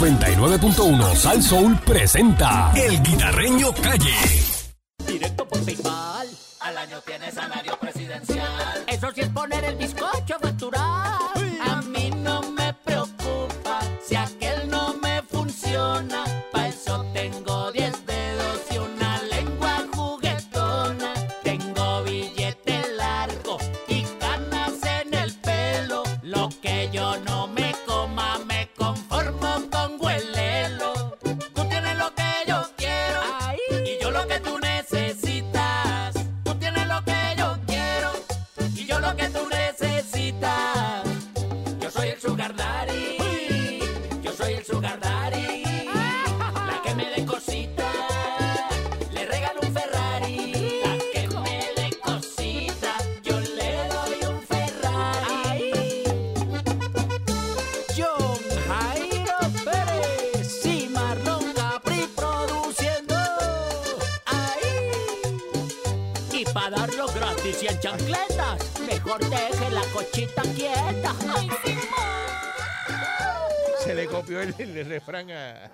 99.1 Sal Soul presenta El Guitarreño Calle. Directo por PayPal. Al año tiene salario presidencial. Eso sí es poner el bizcocho a facturar. A mí no me preocupa si aquel no me funciona. Pa' eso tengo 10 dedos y una lengua juguetona. Tengo billete largo y canas en el pelo. Lo que yo no me coma me conformo con huelelo. Tú tienes lo que yo quiero y yo lo que tú necesitas. Tú tienes lo que yo quiero y yo lo que tú necesitas. Yo soy el sugar daddy, yo soy el sugar daddy. La que me dé cosita, le regalo un Ferrari. La que me dé cosita, yo le doy un Ferrari. John Jairo Pérez y Marlon Capri produciendo. Ahí. Y para darlo gratis y en chancletas, mejor deje la cochita quieta. Se le copió el, el refrán a,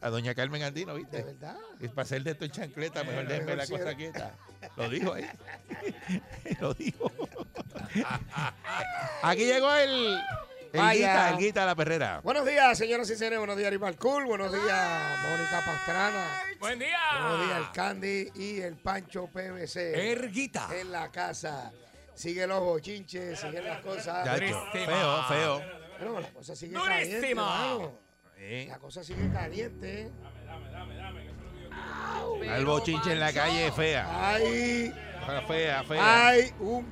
a doña Carmen Andino, ¿viste? ¿De verdad? Es para hacer de esto en chancleta, mejor déjeme mejor la cierra. cosa quieta. Lo dijo ahí. Lo dijo. Aquí llegó el, el Vaya. guita, el guita de la perrera. Buenos días, señoras y señores. Buenos días, Ribalcool. Buenos días, Mónica Pastrana. Buen día. Buenos días, el Candy y el Pancho PVC. Erguita. En la casa. Sigue los bochinches, siguen las cosas. Ya, Durísima. hecho. feo, feo. Bueno, la cosa sigue Durísima. caliente. mano. Eh, La cosa sigue caliente. ¿eh? Al bochinche en la calle es fea. Hay, Fea, fea. hay un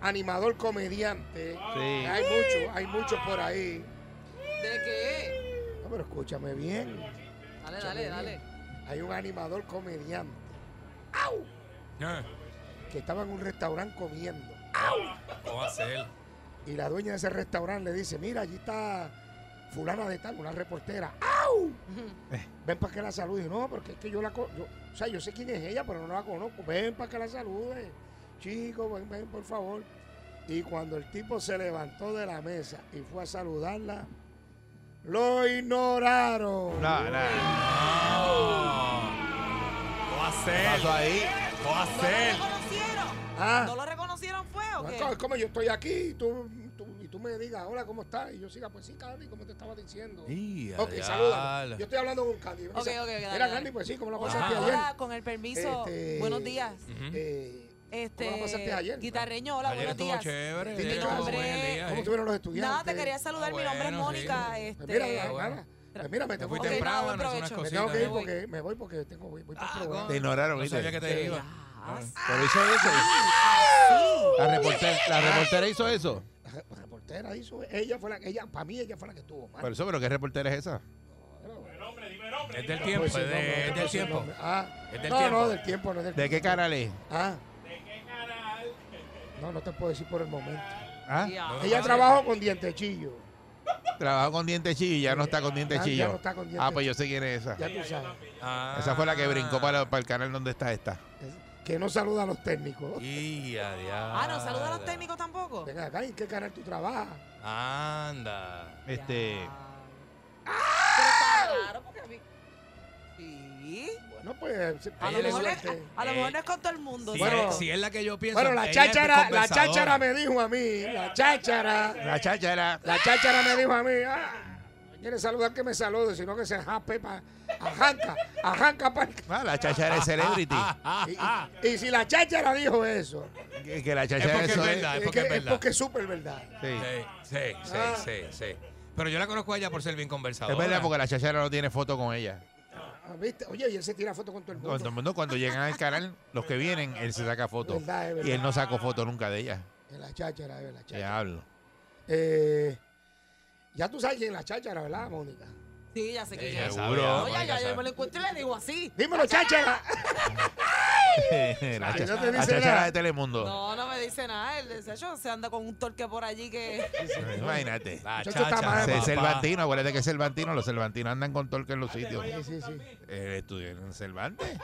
animador comediante. Sí. Hay muchos, hay muchos por ahí. No, pero escúchame bien. Dale, dale, dale. Hay un animador comediante Eh, que estaba en un restaurante comiendo. ¿Cómo va a ser? Y la dueña de ese restaurante le dice, mira, allí está fulana de tal, una reportera. ¡Au! Ven para que la salude. No, porque es que yo la co- yo- O sea, yo sé quién es ella, pero no la conozco. Ven para que la salude. Chico, ven, ven, por favor. Y cuando el tipo se levantó de la mesa y fue a saludarla, lo ignoraron. No, no. ¿Cómo va a ¿Qué ser? pasó ahí? ¿Cómo va a ¿No lo ser? reconocieron? Ah, ¿No lo reconocieron fue o no, qué? es co- es como yo estoy aquí y tú, tú- y tú me digas, hola, ¿cómo estás? Y yo siga, pues sí, Candy, como te estaba diciendo. Ih, Ok, adiós. salúdame. Yo estoy hablando con Candy. Ok, ok, ok, dale, Era dale. Candy, pues sí, como la Hola, pasaste ayer. hola, con el permiso. Este- Buenos días. Ujú. Eh, ¿Cómo la pasaste Este, ayer? guitarreño, hola, Ayer buenos estuvo días. chévere. Dime ayer tu estuvo nombre. buen día, ¿Cómo eh. estuvieron los estudiantes? Nada, te quería saludar. Mi nombre es Bueno, sí. Mónica. Pues mira, Este, hermana, pues mira, me Te tengo, Ah, fui Ok, que- temprano, nada, buen no sé unas provecho. me tengo cositas. que ir Me voy. porque me voy porque tengo voy para el programa. Te ignoraron, ¿eh? Ah, No sabía que ¿viste? te iba. Ah, Yas. Pero hizo eso. La reportera, la Ah. reportera hizo eso. La- La reportera hizo, ella fue la ella para mí ella fue la que estuvo mal. Pues Por eso, pero ¿qué reportera es esa? Es del tiempo, Pues es sí, no, no, de- es no, del no, tiempo. no, ah, Es del no, tiempo. no, del tiempo, no es del ¿De qué tiempo. canal es? Ah. No, no te puedo decir por el momento. ¿Ah? Ya. Ella trabajó con dientechillo. Trabajó con dientes chillos y ya no está con dientes Ah, ya chillos. no está con dientes Ah, pues yo sé quién es esa. Ya tú sabes. Ah. Esa fue la que brincó para, para el canal donde está esta. Es- Que no saluda a los técnicos. Ih, adiós. Ah, no, saluda a los técnicos tampoco. Venga acá, ¿en qué canal tú trabajas? Anda. Este, Ya. Pero está raro porque a mí- Sí. Bueno, pues se- Ella le A lo, tiene mejor, suerte. es, a, a lo Eh, mejor no es con todo el mundo. Si, Bueno. es, si es la que yo pienso. Bueno, la ella es cháchara, la conversadora. cháchara me dijo a mí, la cháchara, la chacha era. la cháchara me dijo a mí, ah, quiere saludar que me salude, sino que se jape pa, ajanca, ajanca pa. Ah, la chacha era celebrity. Y, y- y si la cháchara dijo eso, Que, que la Es chacha porque era es eso. verdad, es- Ah, es es, porque que, es es verdad. porque es súper verdad. Sí. Sí, sí, Ah. sí, sí, sí. Pero yo la conozco a ella por ser bien conversadora. Es verdad porque la chachara no tiene foto con ella. Ah, ¿Viste? Oye, y él se tira foto con todo el Cuando, mundo. no, cuando llegan al canal, los que vienen, él se saca foto. Verdad, es verdad. Y él no sacó foto nunca de ella. De la cháchara, de la cháchara. Ya hablo. Eh, ya tú sabes quién es la cháchara, ¿verdad, Mónica? Sí, ya sé quién Ella es. sabe, Seguro. ya, Oye, ya, Eh, Mónica ya, yo sabe. me lo encuentro y le digo así. Dímelo, cháchara. la Que no chacha, te la dice cháchara nada. de Telemundo. No, no me dice nada. El desecho se anda con un torque por allí que. Imagínate. La Muchacho está mal, chacha. Se- papá. Cervantino, acuérdate que es Cervantino. Los Cervantinos andan con torque en los sitios. Sí, sí, sí. Eh, estudió en Cervantes.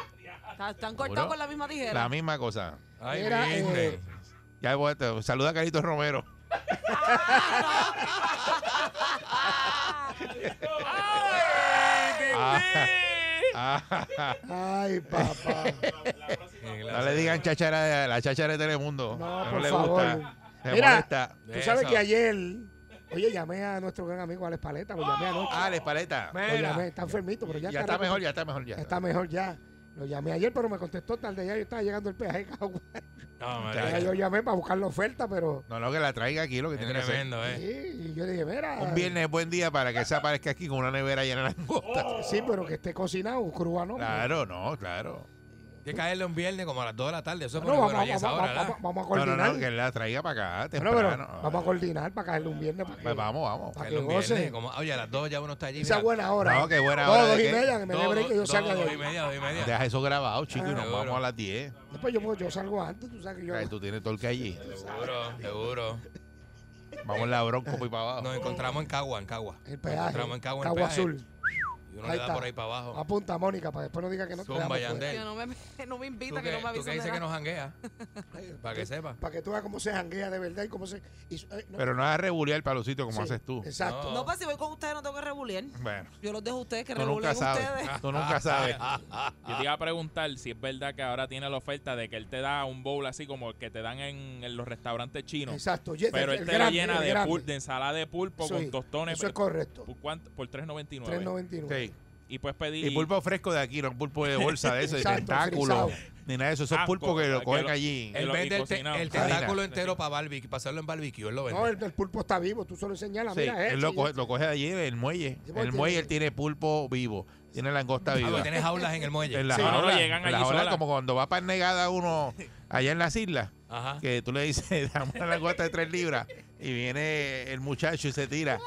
Está- Están cortados con la misma tijera. La misma cosa. Ay, Era, viste. eh, Ya voy a- Saluda a Carito Romero. Ah, Ah, Ay, papá. No le digan chachara de la chachara de Telemundo. No, No, por le favor. gusta. Se Mira. molesta. Tú sabes que ayer, oye, llamé a nuestro gran amigo Alex Paleta, lo llamé anoche. Ah, la espaleta. Lo llamé, está enfermito, pero ya, Ya está recu- mejor, ya está mejor. Ya Está mejor ya. Lo llamé ayer, pero me contestó tarde ya. Yo estaba llegando el peaje. cabrón. No, me Ya, Ya Yo llamé para buscar la oferta, pero. No, no, que la traiga aquí lo que Es tiene que hacer. tremendo, eh. Sí, y yo le dije, mira. Pues. Un viernes es buen día para que se aparezca aquí con una nevera llena de langosta. Sí, pero que esté cocinado, crudo, ¿no? Claro, no, claro. Tiene que caerle un viernes como a las 2 de la tarde. Eso es Bueno, porque, vamos, bueno, ya vamos, es ahora, vamos, ¿verdad? vamos- vamos a No, no, coordinar. no, que la traiga para acá Bueno, pero vamos a temprano. coordinar para caerle un viernes. Para que, Pues vamos, vamos. para Que que los viernes, goce. como- oye, a las 2 ya uno está allí. Esa mira, buena hora. No, qué buena Dos, hora, dos ¿de y qué? media, que me dé dos, break que yo dos, salga de dos y ahí. media, dos y media. Deja eso grabado, chico, y nos Seguro. vamos a las 10. Después yo, yo salgo antes, tú sabes que yo. Ay, Tú tienes todo el que allí. Seguro, seguro. Vamos en la bronco y para abajo. Nos encontramos en Cagua, en Cagua. El peaje. Entramos en Cagua, en Cagua peaje. Azul. Y uno Ahí le da está. pues. por ahí para abajo. Apunta, Mónica, para después no diga que no te Zumba, dejamos Yandel. fuera. Que no me, que no me Tú invita, que no que, me tú que avisa. dices que nos janguea. Para que sepa. Para que tú veas cómo se janguea de verdad y cómo se. y su- eh, no, Pero no hagas regular el palucito como sí, haces tú. Exacto. No, pa, si voy con ustedes no tengo que rebuliar. Bueno, Yo los dejo a ustedes que tú nunca Ah, rebulen sabes. ustedes. Tú nunca sabes. Yo te iba a preguntar si es verdad que ahora tiene la oferta de que él te da un bowl así como el que te dan en, en los restaurantes chinos. Exacto. Ye- Pero este él te lo grande, llena el de, grande. pul- de ensalada de pulpo Eso con es- tostones. Eso es correcto. ¿Por cuánto? Por 3.99. 3.99. Sí. Y puedes pedir... Y pulpo fresco de aquí, no pulpo de bolsa, de eso, de Exacto, tentáculo, frisado. ni nada de eso. Esos Ah, pulpos que lo que cogen lo- allí. Eh, Él lo- y vende el, te- cocinado. el tentáculo Harina. entero para barbecue, para hacerlo en barbecue. Él lo vende. No, el, el pulpo está vivo, tú solo señalas. Sí, mira, él este, lo coge, y- lo coge de allí en el muelle. Sí, En porque el muelle tiene- él tiene pulpo vivo, tiene langosta Ah, viva. porque tienes jaulas en el muelle. En las Sí, no, no, jaulas, llegan en allí las jaulas, solas. como cuando va para negada uno allá en las islas, Ajá. que tú le dices, dame una langosta de tres libras, y viene el muchacho y se tira.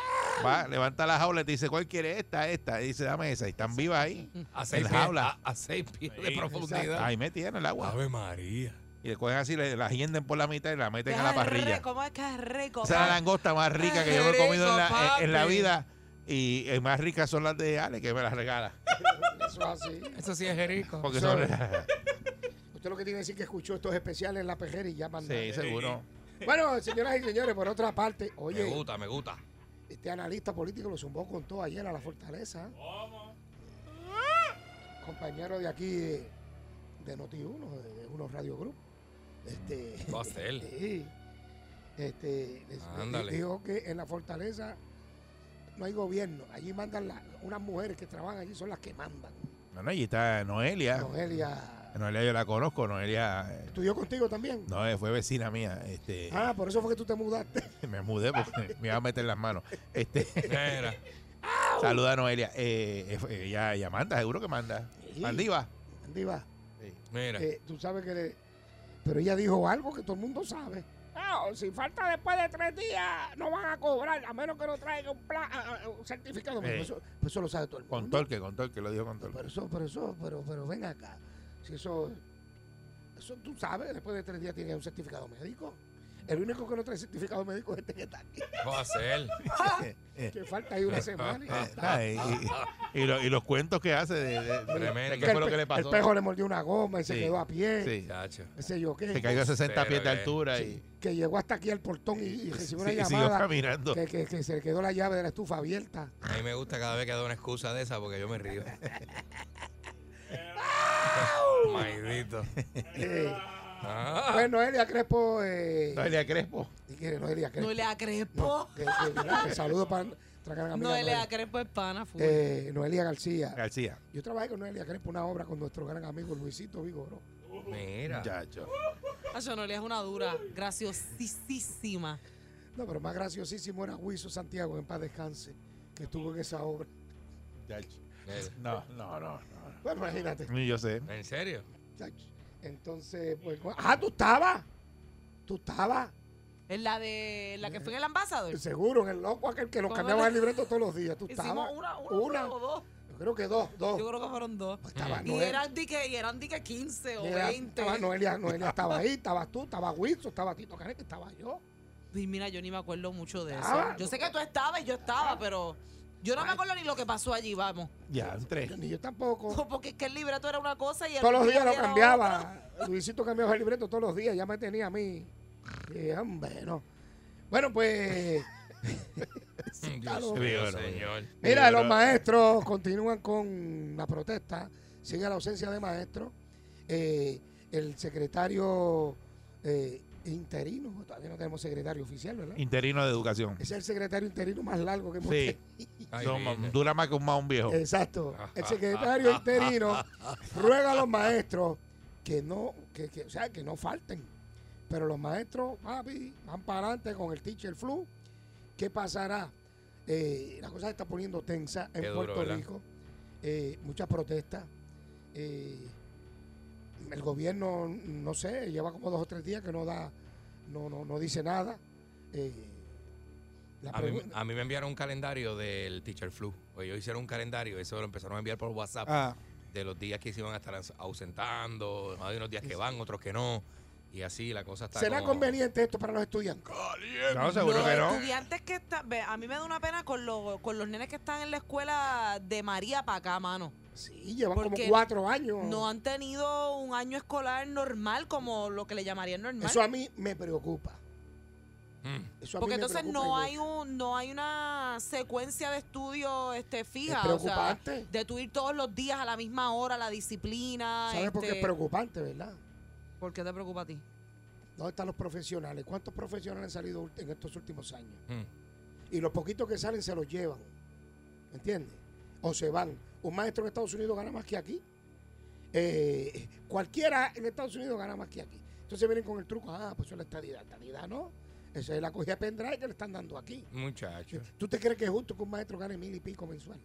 Va, levanta la jaula y te dice, ¿cuál quiere esta? Esta. Y dice, dame esa. Y están vivas ahí. A seis en pies, jaula. a, a seis pies de Sí. profundidad. Ahí metían el agua. Ave María. Y le cogen así, le- la hienden por la mitad y la meten a la Qué parrilla. rico, ma, qué rico. Esa es la pa. langosta más rica que yo me he Rico, comido en la, en- en la papi. vida. Y eh, más ricas son las de Ale, que me las regala. Eso es así. Eso sí es rico. Porque Sorry. son. Usted lo que tiene que decir es que escuchó estos especiales en la pejera y ya mandó. sí, seguro. Bueno, señoras y señores, por otra parte, Me oye, gusta, me gusta. este analista político lo zumbó con todo ayer a la fortaleza. ¿Cómo? Compañero de aquí de, de Noti1, de, de unos Radio Group. Este, Va a ser. Sí. Este, les- Ándale. les dijo que en la fortaleza no hay gobierno. Allí mandan la- unas mujeres que trabajan allí, son las que mandan. Bueno, allí está Noelia. Noelia. Noelia yo la conozco. Noelia eh, ¿Estudió contigo también? no, eh, fue vecina mía. Este, Ah, por eso fue que tú te mudaste. Me mudé porque me iba a meter las manos. Este, Mira. saluda a Noelia. Eh, eh, fue- ella, ella manda, seguro que manda. Sí. Mandiva. Diva, Mira. eh, tú sabes que le- Pero ella dijo algo que todo el mundo sabe. No, Ah, oh, si falta después de tres días, no van a cobrar, a menos que no traigan un, pla- a- a- un certificado. Pero Eh. Eso, pues eso lo sabe todo el mundo. Con Torque, con Torque, lo dijo con Torque. Pero eso, pero eso, pero, pero ven acá. Si eso, eso tú sabes, después de tres días tiene un certificado médico. El único que no trae certificado médico es este que está aquí. Va a ser. Que falta ahí una semana. y ya está. Ah, y, y- y lo- y los cuentos que hace de, de- de- Tremendo. de qué Que fue lo el que pe- le pasó. El pejo le mordió una goma y se Sí. quedó a pie. Sí. Chacho. Qué sé yo qué. Se cayó a 60 pies de Pero, eh, altura y, Sí, que llegó hasta aquí al portón y, y y recibió una siguió llamada caminando. que, que- que se le quedó la llave de la estufa abierta. A mí me gusta cada vez que da una excusa de esa porque yo me río. Maldito. Eh, Ah, pues Noelia Crespo, eh, Noelia Crespo. ¿y quién es Noelia Crespo? Noelia No, Crespo. que- que- que saludo para nuestra gran amiga Noelia Noelia. Crespo es pana, full. Eh, Noelia García. García. Yo trabajé con Noelia Crespo una obra con nuestro gran amigo Luisito Vigoró. mira. Muchacho. Acho, Noelia es una dura, graciosísima. No, pero más graciosísimo era Huizo Santiago, en paz descanse, que estuvo en esa obra. Muchacho. Mira. No, no, no, no. Bueno, Pues imagínate. Ni yo sé. ¿En serio? chacho. Entonces, pues. Ah, tú estabas. Tú estabas. Es la de la que fue en el ambasador. Seguro, en el loco aquel que nos ¿Cómo cambiaba te- el libreto todos los días. Tú Hicimos estabas. una, una, Una. o dos. Yo creo que dos, dos. Yo creo que fueron dos. Pues estaba Y Noel- eran, de que, y eran de que 15 o era- 20. estaba Ah, Noelia, Noelia estaba ahí, estabas tú, estaba Wilson, estaba Tito Canet, estaba yo. Y mira, yo ni me acuerdo mucho de Estaba. eso. Yo sé que tú estabas y yo estaba, pero yo no me acuerdo ni lo que pasó allí, vamos. Ya, entre. Ni yo tampoco. Porque es que el libreto era una cosa y el Todos los días lo era otra. cambiaba. Luisito cambiaba el libreto todos los días, ya me tenía a mí. Y, hombre, no. Bueno, pues Dios mío, señor. Mira, los Pero- maestros continúan con la protesta, sigue la ausencia de maestros. Eh, el secretario eh, interino, todavía no tenemos secretario oficial, ¿verdad? Interino de educación. Ese es el secretario interino más largo que hemos Sí. tenido. Ay, No, mire. dura más que un más un viejo. Eh, Exacto. El secretario interino ruega a los maestros que no, que, que- o sea, que no falten. Pero los maestros, papi, van para adelante con el teacher flu. ¿Qué pasará? Eh, la cosa se está poniendo tensa en Qué duro, Puerto ¿verdad? Rico. Eh, muchas protestas. Eh, el gobierno, no sé, lleva como dos o tres días que no da, no, no, no dice nada. Eh, la A mí, pregunta- a mí me ah, enviaron un calendario del Teacher Flu. Pues, Ellos hicieron un calendario, eso lo empezaron a enviar por WhatsApp. Ah, de los días que se iban a estar aus- ausentando, hay unos días que van, otros que no, y así la cosa está. ¿Será como- conveniente esto para los estudiantes? No, seguro los que no. estudiantes que están. ve, A mí me da una pena con, los con los nenes que están en la escuela de María para acá, mano. Sí, llevan como Porque cuatro años. No han tenido un año escolar normal, como lo que le llamarían normal. Eso a mí me preocupa. Mm. Eso a mí Porque me entonces preocupa no y hay un, no hay una secuencia de estudio este Es fija. o sea, preocupante. de tú ir todos los días a la misma hora, la disciplina. ¿Sabes por qué es este, preocupante, verdad? ¿Por qué te preocupa a ti? ¿Dónde están los profesionales? ¿Cuántos profesionales han salido ulti- en estos últimos años? Mm. Y los poquitos que salen se los llevan. ¿Me entiendes? O se van. Un maestro en Estados Unidos gana más que aquí. Eh, cualquiera en Estados Unidos gana más que aquí. Entonces vienen con el truco, ah, pues eso es la estadidad. Estadidad no. Esa es la cogida pendrive que le están dando aquí. Muchacho, ¿Tú te crees que es justo que un maestro gane mil y pico mensual?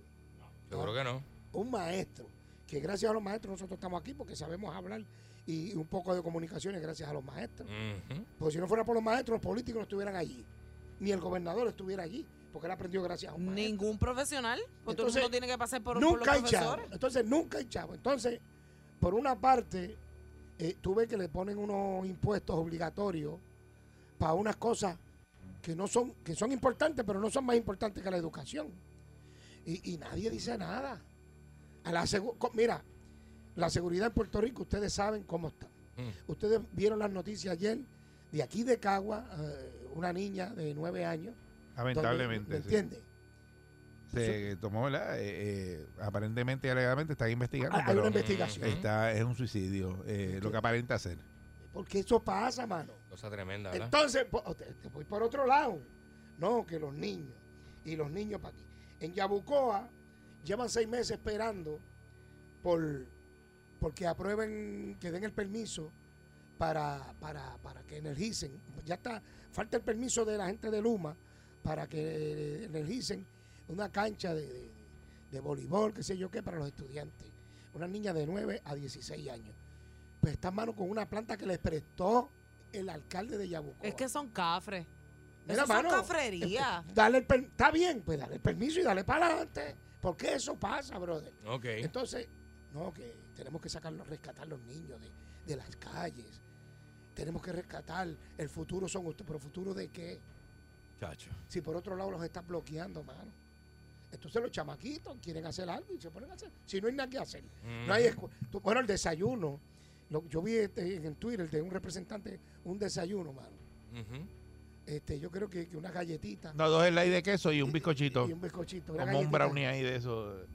yo creo que no. un maestro, que gracias a los maestros nosotros estamos aquí porque sabemos hablar y un poco de comunicaciones gracias a los maestros. Ujú. Porque si no fuera por los maestros, los políticos no estuvieran allí, ni el gobernador estuviera allí, porque él aprendió gracias a un maestro. Ningún profesional. Porque todo el Pues, Entonces, mundo tiene que pasar por, por los nunca hay chavo. profesores. Entonces, nunca hay chavo. Entonces, por una parte, eh, tú ves que le ponen unos impuestos obligatorios para unas cosas que no son, que son importantes, pero no son más importantes que la educación. Y, y nadie dice nada. A la segu- co- Mira, la seguridad en Puerto Rico, ustedes saben cómo está. Mm. Ustedes vieron las noticias ayer de aquí de Cagua, eh, una niña de nueve años. donde- Lamentablemente. ¿Me sí. entiendes? Se tomó, ¿verdad? Eh, eh, aparentemente y alegadamente están investigando. Ah, Hay hay pero una investigación. está, es un suicidio, eh, lo que aparenta ser. Porque eso pasa, mano. Cosa tremenda, ¿verdad? Entonces, po- te, te voy por otro lado. No, que los niños. Y los niños para aquí. En Yabucoa llevan seis meses esperando por porque aprueben, que den el permiso para, para, para que energicen. Ya está, falta el permiso de la gente de Luma para que energicen una cancha de, de- de voleibol, qué sé yo qué, para los estudiantes. Una niña de 9 a 16 años. Pues está en mano con una planta que les prestó el alcalde de Yabucoa. Es que son cafres. Mira, Eso son mano, cafrería. eh, Dale el per- está bien, pues dale el permiso y dale para adelante. Porque eso pasa, brother. Ok. Entonces, no, que tenemos que sacarlos, rescatar los niños de, de las calles. Tenemos que rescatar el futuro, son ustedes, pero futuro de qué? Muchacho. Si por otro lado los están bloqueando, mano. Entonces los chamaquitos quieren hacer algo y se ponen a hacer. Si no hay nada que hacer. No hay escu- tú- bueno, el desayuno. lo- yo vi este, en el Twitter de un representante un desayuno, mano. Ujú. Este, yo creo que, que unas galletitas. No, dos slides de queso y un bizcochito. Y un bizcochito. una como un galletita. brownie ahí de eso. eh,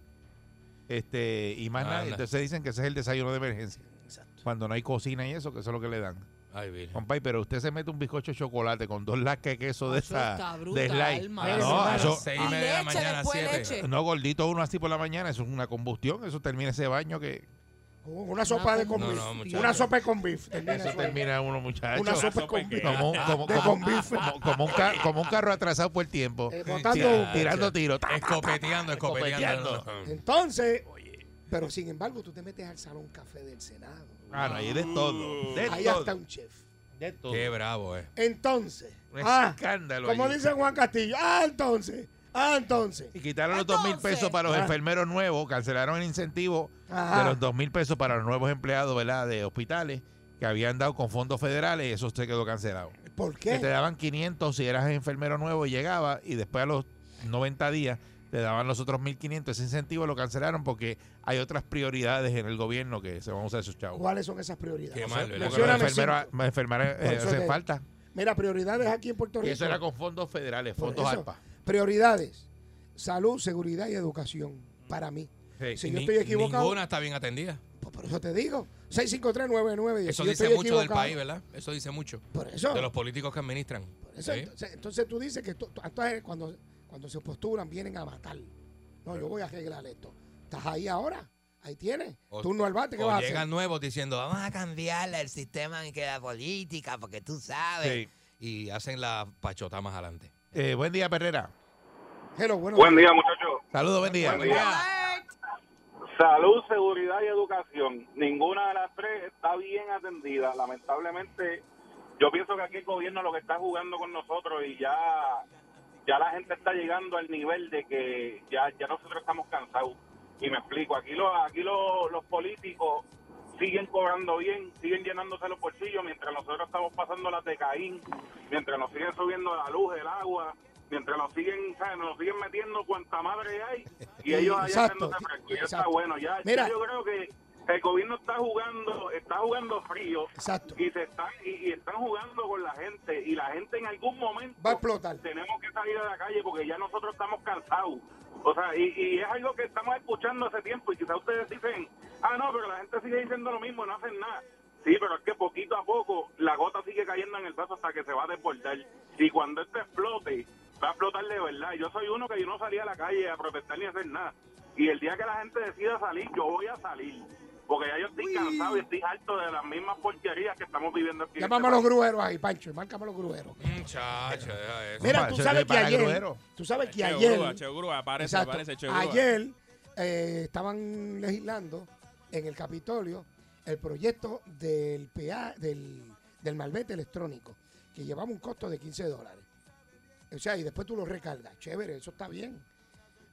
Este, y más nada. Anda. Entonces dicen que ese es el desayuno de emergencia. Exacto. Cuando no hay cocina y eso, que eso es lo que le dan. Ay, virgen. Compay, pero usted se mete un bizcocho de chocolate con dos lascas de queso de Eso esa. está de brutal, slide. A mano. las- Ah, No, a las eso- seis Y y media de la leche, mañana, después siete. leche. No, gordito uno así por la mañana, eso es una combustión, eso termina ese baño que Una sopa de con No, beef. no, muchacho. una sopa de con beef. Termina eso eso ahí. termina uno muchacho. Una sopa sopa con que- beef. como, como, De como- con bife. como- como un ca- como un carro atrasado por el tiempo. Eh, Tira- botando. tirando tiro. Escopeteando, escopeteando. Escopeteando. Entonces, pero sin embargo, tú te metes al salón café del Senado. Ah, no, ahí de todo. De Ahí todo. hasta un chef. de todo. Pues Qué bravo, eh. Entonces, Un ah, escándalo. como allí. dice Juan Castillo, ah, entonces, ah, entonces. Y quitaron los dos mil Entonces. pesos para los Ah. enfermeros nuevos, cancelaron el incentivo Ajá. de los dos mil pesos para los nuevos empleados ¿verdad? de hospitales que habían dado con fondos federales y eso se quedó cancelado. ¿Por Que te qué? daban 500 si eras enfermero nuevo y llegaba y después a los 90 días te daban los otros 1500. Ese incentivo lo cancelaron porque hay otras prioridades en el gobierno que se van a usar esos chavos. ¿Cuáles son esas prioridades? Qué O sea, mal, ¿verdad? Porque los mencióname enfermeros cinco. los enfermeros, eh, Por eso hacen te- falta. Mira, prioridades aquí en Puerto Y Rico. eso era con fondos federales, Por fondos eso, ALPA. Prioridades. Salud, seguridad y educación. Para mí. Sí. Si Y yo ni- estoy equivocado, Ninguna está bien atendida. pues por eso te digo. 6539910. Eso Si yo dice estoy mucho del equivocado, país, ¿verdad? Eso dice mucho. Por eso. De los políticos que administran. por eso, Sí. entonces, entonces tú dices que tú- tú- entonces cuando, cuando se postulan vienen a matar. No, yo voy a arreglar esto. Estás ahí ahora. Ahí tienes. O- Turno al bate, ¿qué O vas a llegan hacer? nuevos diciendo, vamos a cambiarle el sistema en que la política, porque tú sabes. Sí. y hacen la pachota más adelante. Eh, buen día, Perrera. Hello, bueno, Buen día, muchachos. Saludos, buen día. Buen día. Alert. Salud, seguridad y educación. Ninguna de las tres está bien atendida. Lamentablemente, yo pienso que aquí el gobierno lo que está jugando con nosotros y ya, ya la gente está llegando al nivel de que ya, ya nosotros estamos cansados. Y me explico, aquí, los aquí los- los políticos siguen cobrando bien, siguen llenándose los bolsillos mientras nosotros estamos pasando las de Caín, mientras nos siguen subiendo la luz, el agua, mientras nos siguen, ¿sabes? nos siguen metiendo cuanta madre hay y ellos allá Exacto, echándose fresco. Y eso está exacto. bueno, ya, Mira. yo creo que el gobierno está jugando, está jugando frío Exacto. y se están y, y están jugando con la gente y la gente en algún momento Va a explotar. tenemos que salir a la calle porque ya nosotros estamos cansados. O sea, y, y es algo que estamos escuchando hace tiempo y quizás ustedes dicen, ah, no, pero la gente sigue diciendo lo mismo, no hacen nada. Sí, pero es que poquito a poco la gota sigue cayendo en el vaso hasta que se va a desbordar. Y cuando esto explote, va a explotar de verdad. Yo soy uno que yo no salía a la calle a protestar ni a hacer nada. Y el día que la gente decida salir, yo voy a salir. Porque ya yo estoy cansado y estoy harto de las mismas porquerías que estamos viviendo aquí. en este Llámame a país. los grueros ahí, Pancho, y márcame a los grueros. Muchacho, deja eso. Mira, para tú eso sabes es que para ayer, grueros. tú sabes que Che ayer, Grúa, Che Grúa, aparece, exacto, aparece Che Grúa. ayer eh, estaban legislando en el Capitolio el proyecto del PA, del, del malvete electrónico, que llevaba un costo de 15 dólares. O sea, y después tú lo recargas. Chévere, eso está bien.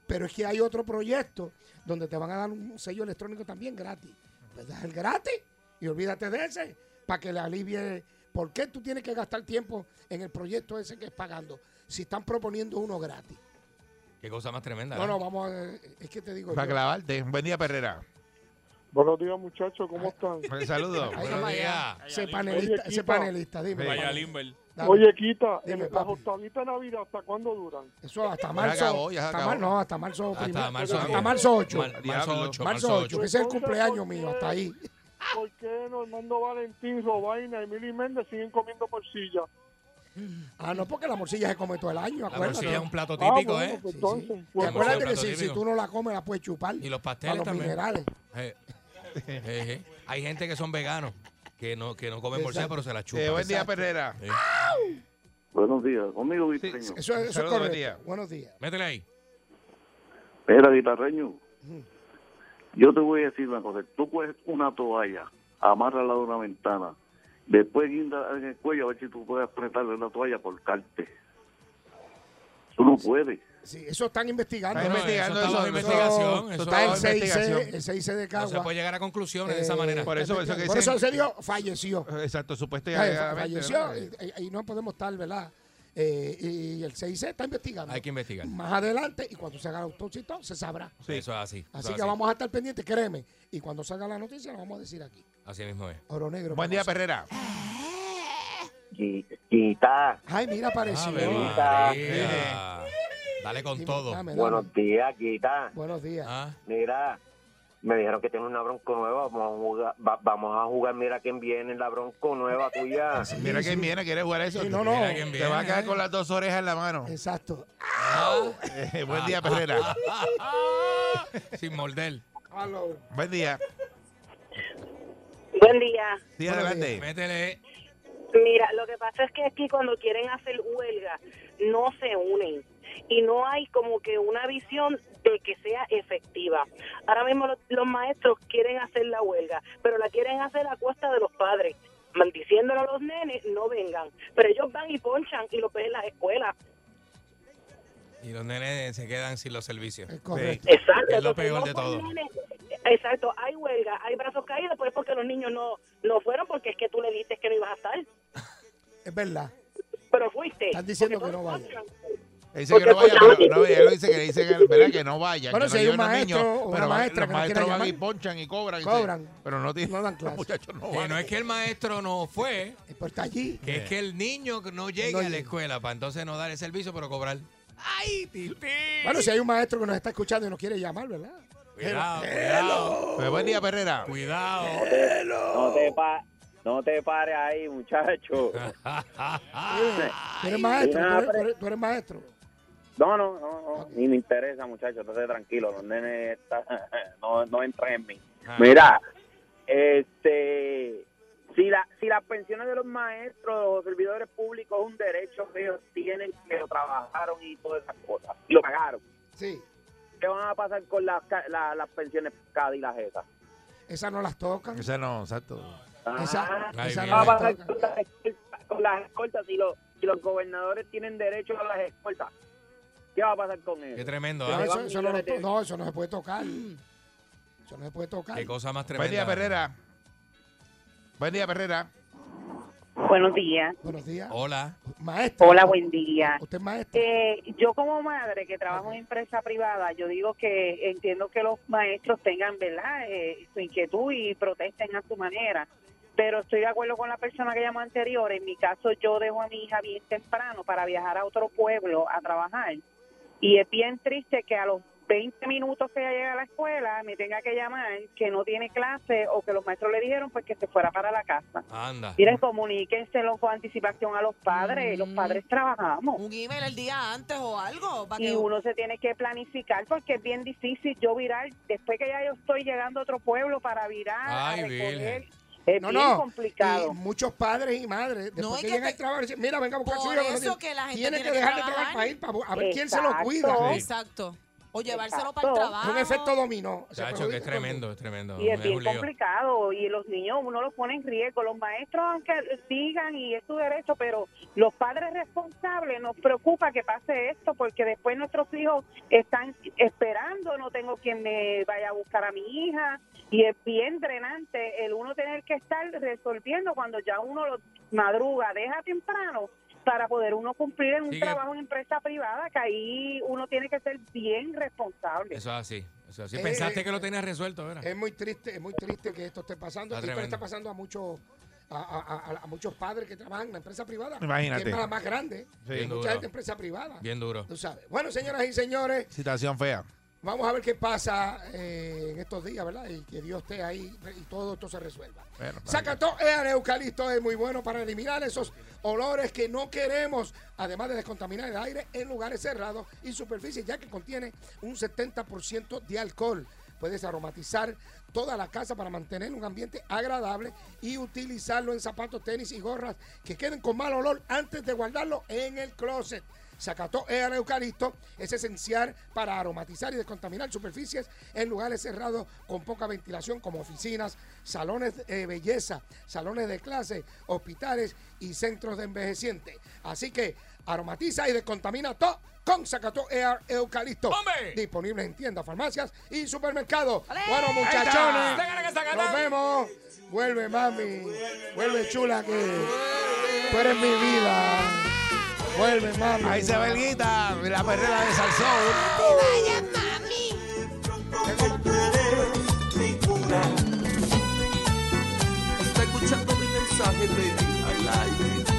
Pero es que hay otro proyecto donde te van a dar un sello electrónico también gratis. Pues das el gratis y olvídate de ese para que le alivie. ¿Por qué tú tienes que gastar tiempo en el proyecto ese que es pagando? Si están proponiendo uno gratis. Qué cosa más tremenda. No, ¿verdad? no, vamos a ver. Es que te digo. Para yo- clavarte. Buen día, Perrera. Buenos días, muchachos, ¿cómo están? Saludos. Ay, Buenos vaya. días. Ese Oye, panelista, ese Quita. panelista, dime. Vaya Vaya Dame. Limber. Dame. Oye, Quita, Dime, en las papi. octavitas de Navidad, ¿hasta cuándo duran? Eso hasta Ya marzo. acabó, ya hasta acabó. mar- no, hasta marzo Hasta primero- marzo, hasta bien. marzo 8. Mar- marzo Diablo. 8. marzo Marzo 8, que ese es el Entonces, cumpleaños ¿por qué? mío, hasta ahí. ¿Por qué Normando Valentín, Robaina, Emilio y Méndez siguen comiendo morcilla? Ah, no, porque la morcilla se come todo el año, La acuérdate. morcilla es un plato Ah, típico, bueno, ¿eh? pues Sí, entonces, sí. pues, La morcilla acuérdate es que un si, plato si típico. tú no la comes, la puedes chupar. Y los a pasteles los también. minerales. Eh, eh, eh. Hay gente que son veganos, que no, que no comen morcilla, Exacto. pero se la chupan. Eh, buen día, Perrera. Sí. Buenos días, conmigo Guitarreño. Eso, eso es Saludos, buen correcto. día. Buenos días. Métele ahí. Espera, Guitarreño, yo te voy a decir una cosa. Tú coges una toalla, amárrala de una ventana, después guinda en el cuello a ver si tú puedes apretarle la toalla por carte. Tú no puedes. Sí, Ah, eso están investigando. Ay, no, investigando eso. eso, estaba en eso- investigación. eso Está eh. el Eso, estaba en investigación. 6C, el 6C de no se Cagua. puede llegar a conclusiones de esa Eh, manera. Por eso, por eso que por eso dicen- se dio, falleció. Exacto, supuesto y Ay, fa- alegadamente, Pues, Ah, falleció ¿verdad? y, y- y no podemos estar, ¿verdad? Eh, y el 6 está investigando. Hay que investigar. Más adelante, y cuando se haga la autopsia, y todo, se sabrá. Sí. Eso es así. eso Así es que vamos a estar pendientes, créeme. Y cuando salga la noticia, lo vamos a decir aquí. Así mismo es. Oro negro. Buen día, Perrera. Quita, Ay, mira, apareció. Ave María. Dale con Dime, todo. dame, dame. buenos días, Quita. Buenos días. Ah, Mira, me dijeron que tiene una bronco nueva. Vamos a jugar, va- vamos a jugar. mira quién viene, la bronco nueva tuya. Sí, Mira sí, quién viene, quiere jugar eso. Sí, no, no. Mira quién Te va a quedar viene. con las dos orejas en la mano. Exacto. Eh, Ah, buen día, Perrera. sin morder. Buen día. Buen día. Sí, Buenos adelante. Métele. Mira, lo que pasa es que aquí cuando quieren hacer huelga no se unen y no hay como que una visión de que sea efectiva. Ahora mismo lo- los, maestros quieren hacer la huelga, pero la quieren hacer a cuesta de los padres, maldiciéndole a los nenes, no vengan. Pero ellos van y ponchan y lo ven en las escuelas. Y los nenes se quedan sin los servicios. Es correcto. Exacto. Es lo porque peor no de fue todo. nene. Exacto, hay huelga, hay brazos caídos, pues porque los niños no, no fueron, porque es que tú le dices que no ibas a estar, Es verdad. pero fuiste. Están diciendo Porque que no todos vayan. ponchan. Le dice que no vaya, pero no, ella lo dice que le dice que, ¿verdad? que no vaya. Bueno, que si no hay un lleven a los maestro o una pero van- maestra que los no quiera maestros van y llamar. ponchan y cobran. y se- Cobran. pero no tienen, dan clase. Los muchachos no Que van. no Oh, es que el maestro no fue, Está allí. que es que el niño no llegue a la escuela para entonces no dar el servicio, pero cobrar. ¡Ay, tití! Bueno, si hay un maestro que nos está escuchando y nos quiere llamar, ¿verdad? Cuidado, cuidado. Pues buen día, Perrera. Cuidado. No te, pa- no te pares ahí, muchacho. Ah, Tú eres maestro, Una tú eres, pre- tú eres- tú eres maestro. No, no, no, no, ni me interesa, muchacho. Entonces, tranquilo, los nenes está- no, no entran en mí. Mira, este, si, la, si las pensiones de los maestros o servidores públicos es un derecho que ellos tienen, que lo trabajaron y todas esas cosas, y lo pagaron, Sí. ¿qué van a pasar con las, ca- la- las pensiones cada y las esas? Esas no las tocan. Esa no, exacto. Ah, Ay, ¿qué mira. va a pasar con las escoltas, con las escoltas? Si los, si los gobernadores tienen derecho a las escoltas, ¿qué va a pasar con eso? Qué tremendo, No, ¿ah? eso, eso no, lo to- no, eso no se puede tocar. Eso no se puede tocar. Qué cosa más tremenda. Buen día, Perrera. Buen día, Perrera. Buenos días. Buenos días. Hola. Maestro. Hola, buen día. Usted es maestro. Eh, yo como madre que trabajo en empresa privada, yo digo que entiendo que los maestros tengan, ¿verdad?, eh, su inquietud y protesten a su manera. Pero estoy de acuerdo con la persona que llamó anterior. En mi caso, yo dejo a mi hija bien temprano para viajar a otro pueblo a trabajar. Y es bien triste que a los 20 minutos que ella llega a la escuela me tenga que llamar que no tiene clase o que los maestros le dijeron pues que se fuera para la casa. Anda. Miren, comuníquenselo con anticipación a los padres. Los padres trabajamos. Un email el día antes o algo. Para Y que uno se tiene que planificar porque es bien difícil yo virar. Después que ya yo estoy llegando a otro pueblo para virar, a Ay, recoger, Virgen. es No, Eh, bien no. complicado. Y muchos padres y madres, después No, y que, que llegan te- al trabajo, dicen, mira, venga a buscar Por su hijo, no tiene- eso que la gente tiene, tiene que que dejar de trabajar trabajar. para ir, para a ver quién se lo Exacto. cuida. Sí. Exacto. O llevárselo para el trabajo. Es un efecto dominó. Se Chacho, que es perjudica tremendo, es tremendo. Y es un bien lío. complicado y los niños uno los pone en riesgo. Los maestros, aunque digan y es su derecho, pero los padres responsables nos preocupa que pase esto porque después nuestros hijos están esperando, no tengo quien me vaya a buscar a mi hija y es bien drenante el uno tener que estar resolviendo cuando ya uno lo madruga, deja temprano para poder uno cumplir en un Sigue. trabajo en empresa privada, que ahí uno tiene que ser bien responsable. Eso es así. Eso es así. Eh, Pensaste eh, que lo tenías resuelto, ¿verdad? eh, Es muy triste, es muy triste que esto esté pasando. Está y esto le está tremendo. pasando a muchos a, a- a- a muchos padres que trabajan en la empresa privada. Imagínate. Que es la más grande. Sí. Hay Bien mucha duro. gente en empresa privada. Bien duro. Tú sabes. Bueno, señoras y señores, Situación fea. vamos a ver qué pasa eh, en estos días, ¿verdad? Y que Dios esté ahí y todo esto se resuelva. Bueno, Sacató el eucalipto es muy bueno para eliminar esos olores que no queremos, además de descontaminar el aire en lugares cerrados y superficies, ya que contiene un 70% de alcohol. Puedes aromatizar toda la casa para mantener un ambiente agradable y utilizarlo en zapatos, tenis y gorras que queden con mal olor antes de guardarlo en el closet. Sacató el eucalipto es esencial para aromatizar y descontaminar superficies en lugares cerrados con poca ventilación como oficinas, salones de belleza, salones de clase, hospitales y centros de envejecientes. Así que aromatiza y descontamina todo con Sacató Air Eucalipto. Disponible en tiendas, farmacias y supermercados. Bueno, Ahí está. muchachones, Sácala que sácala. nos vemos. Vuelve, mami. Vuelve, chula, que tú eres mi vida. Vuelve, mami. Ahí se ve el guita, la perrera de Salsón. Está escuchando mi mensaje, baby. I like it.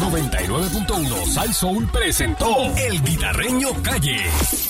99.1 Sal Soul presentó El Guitarreño Calle.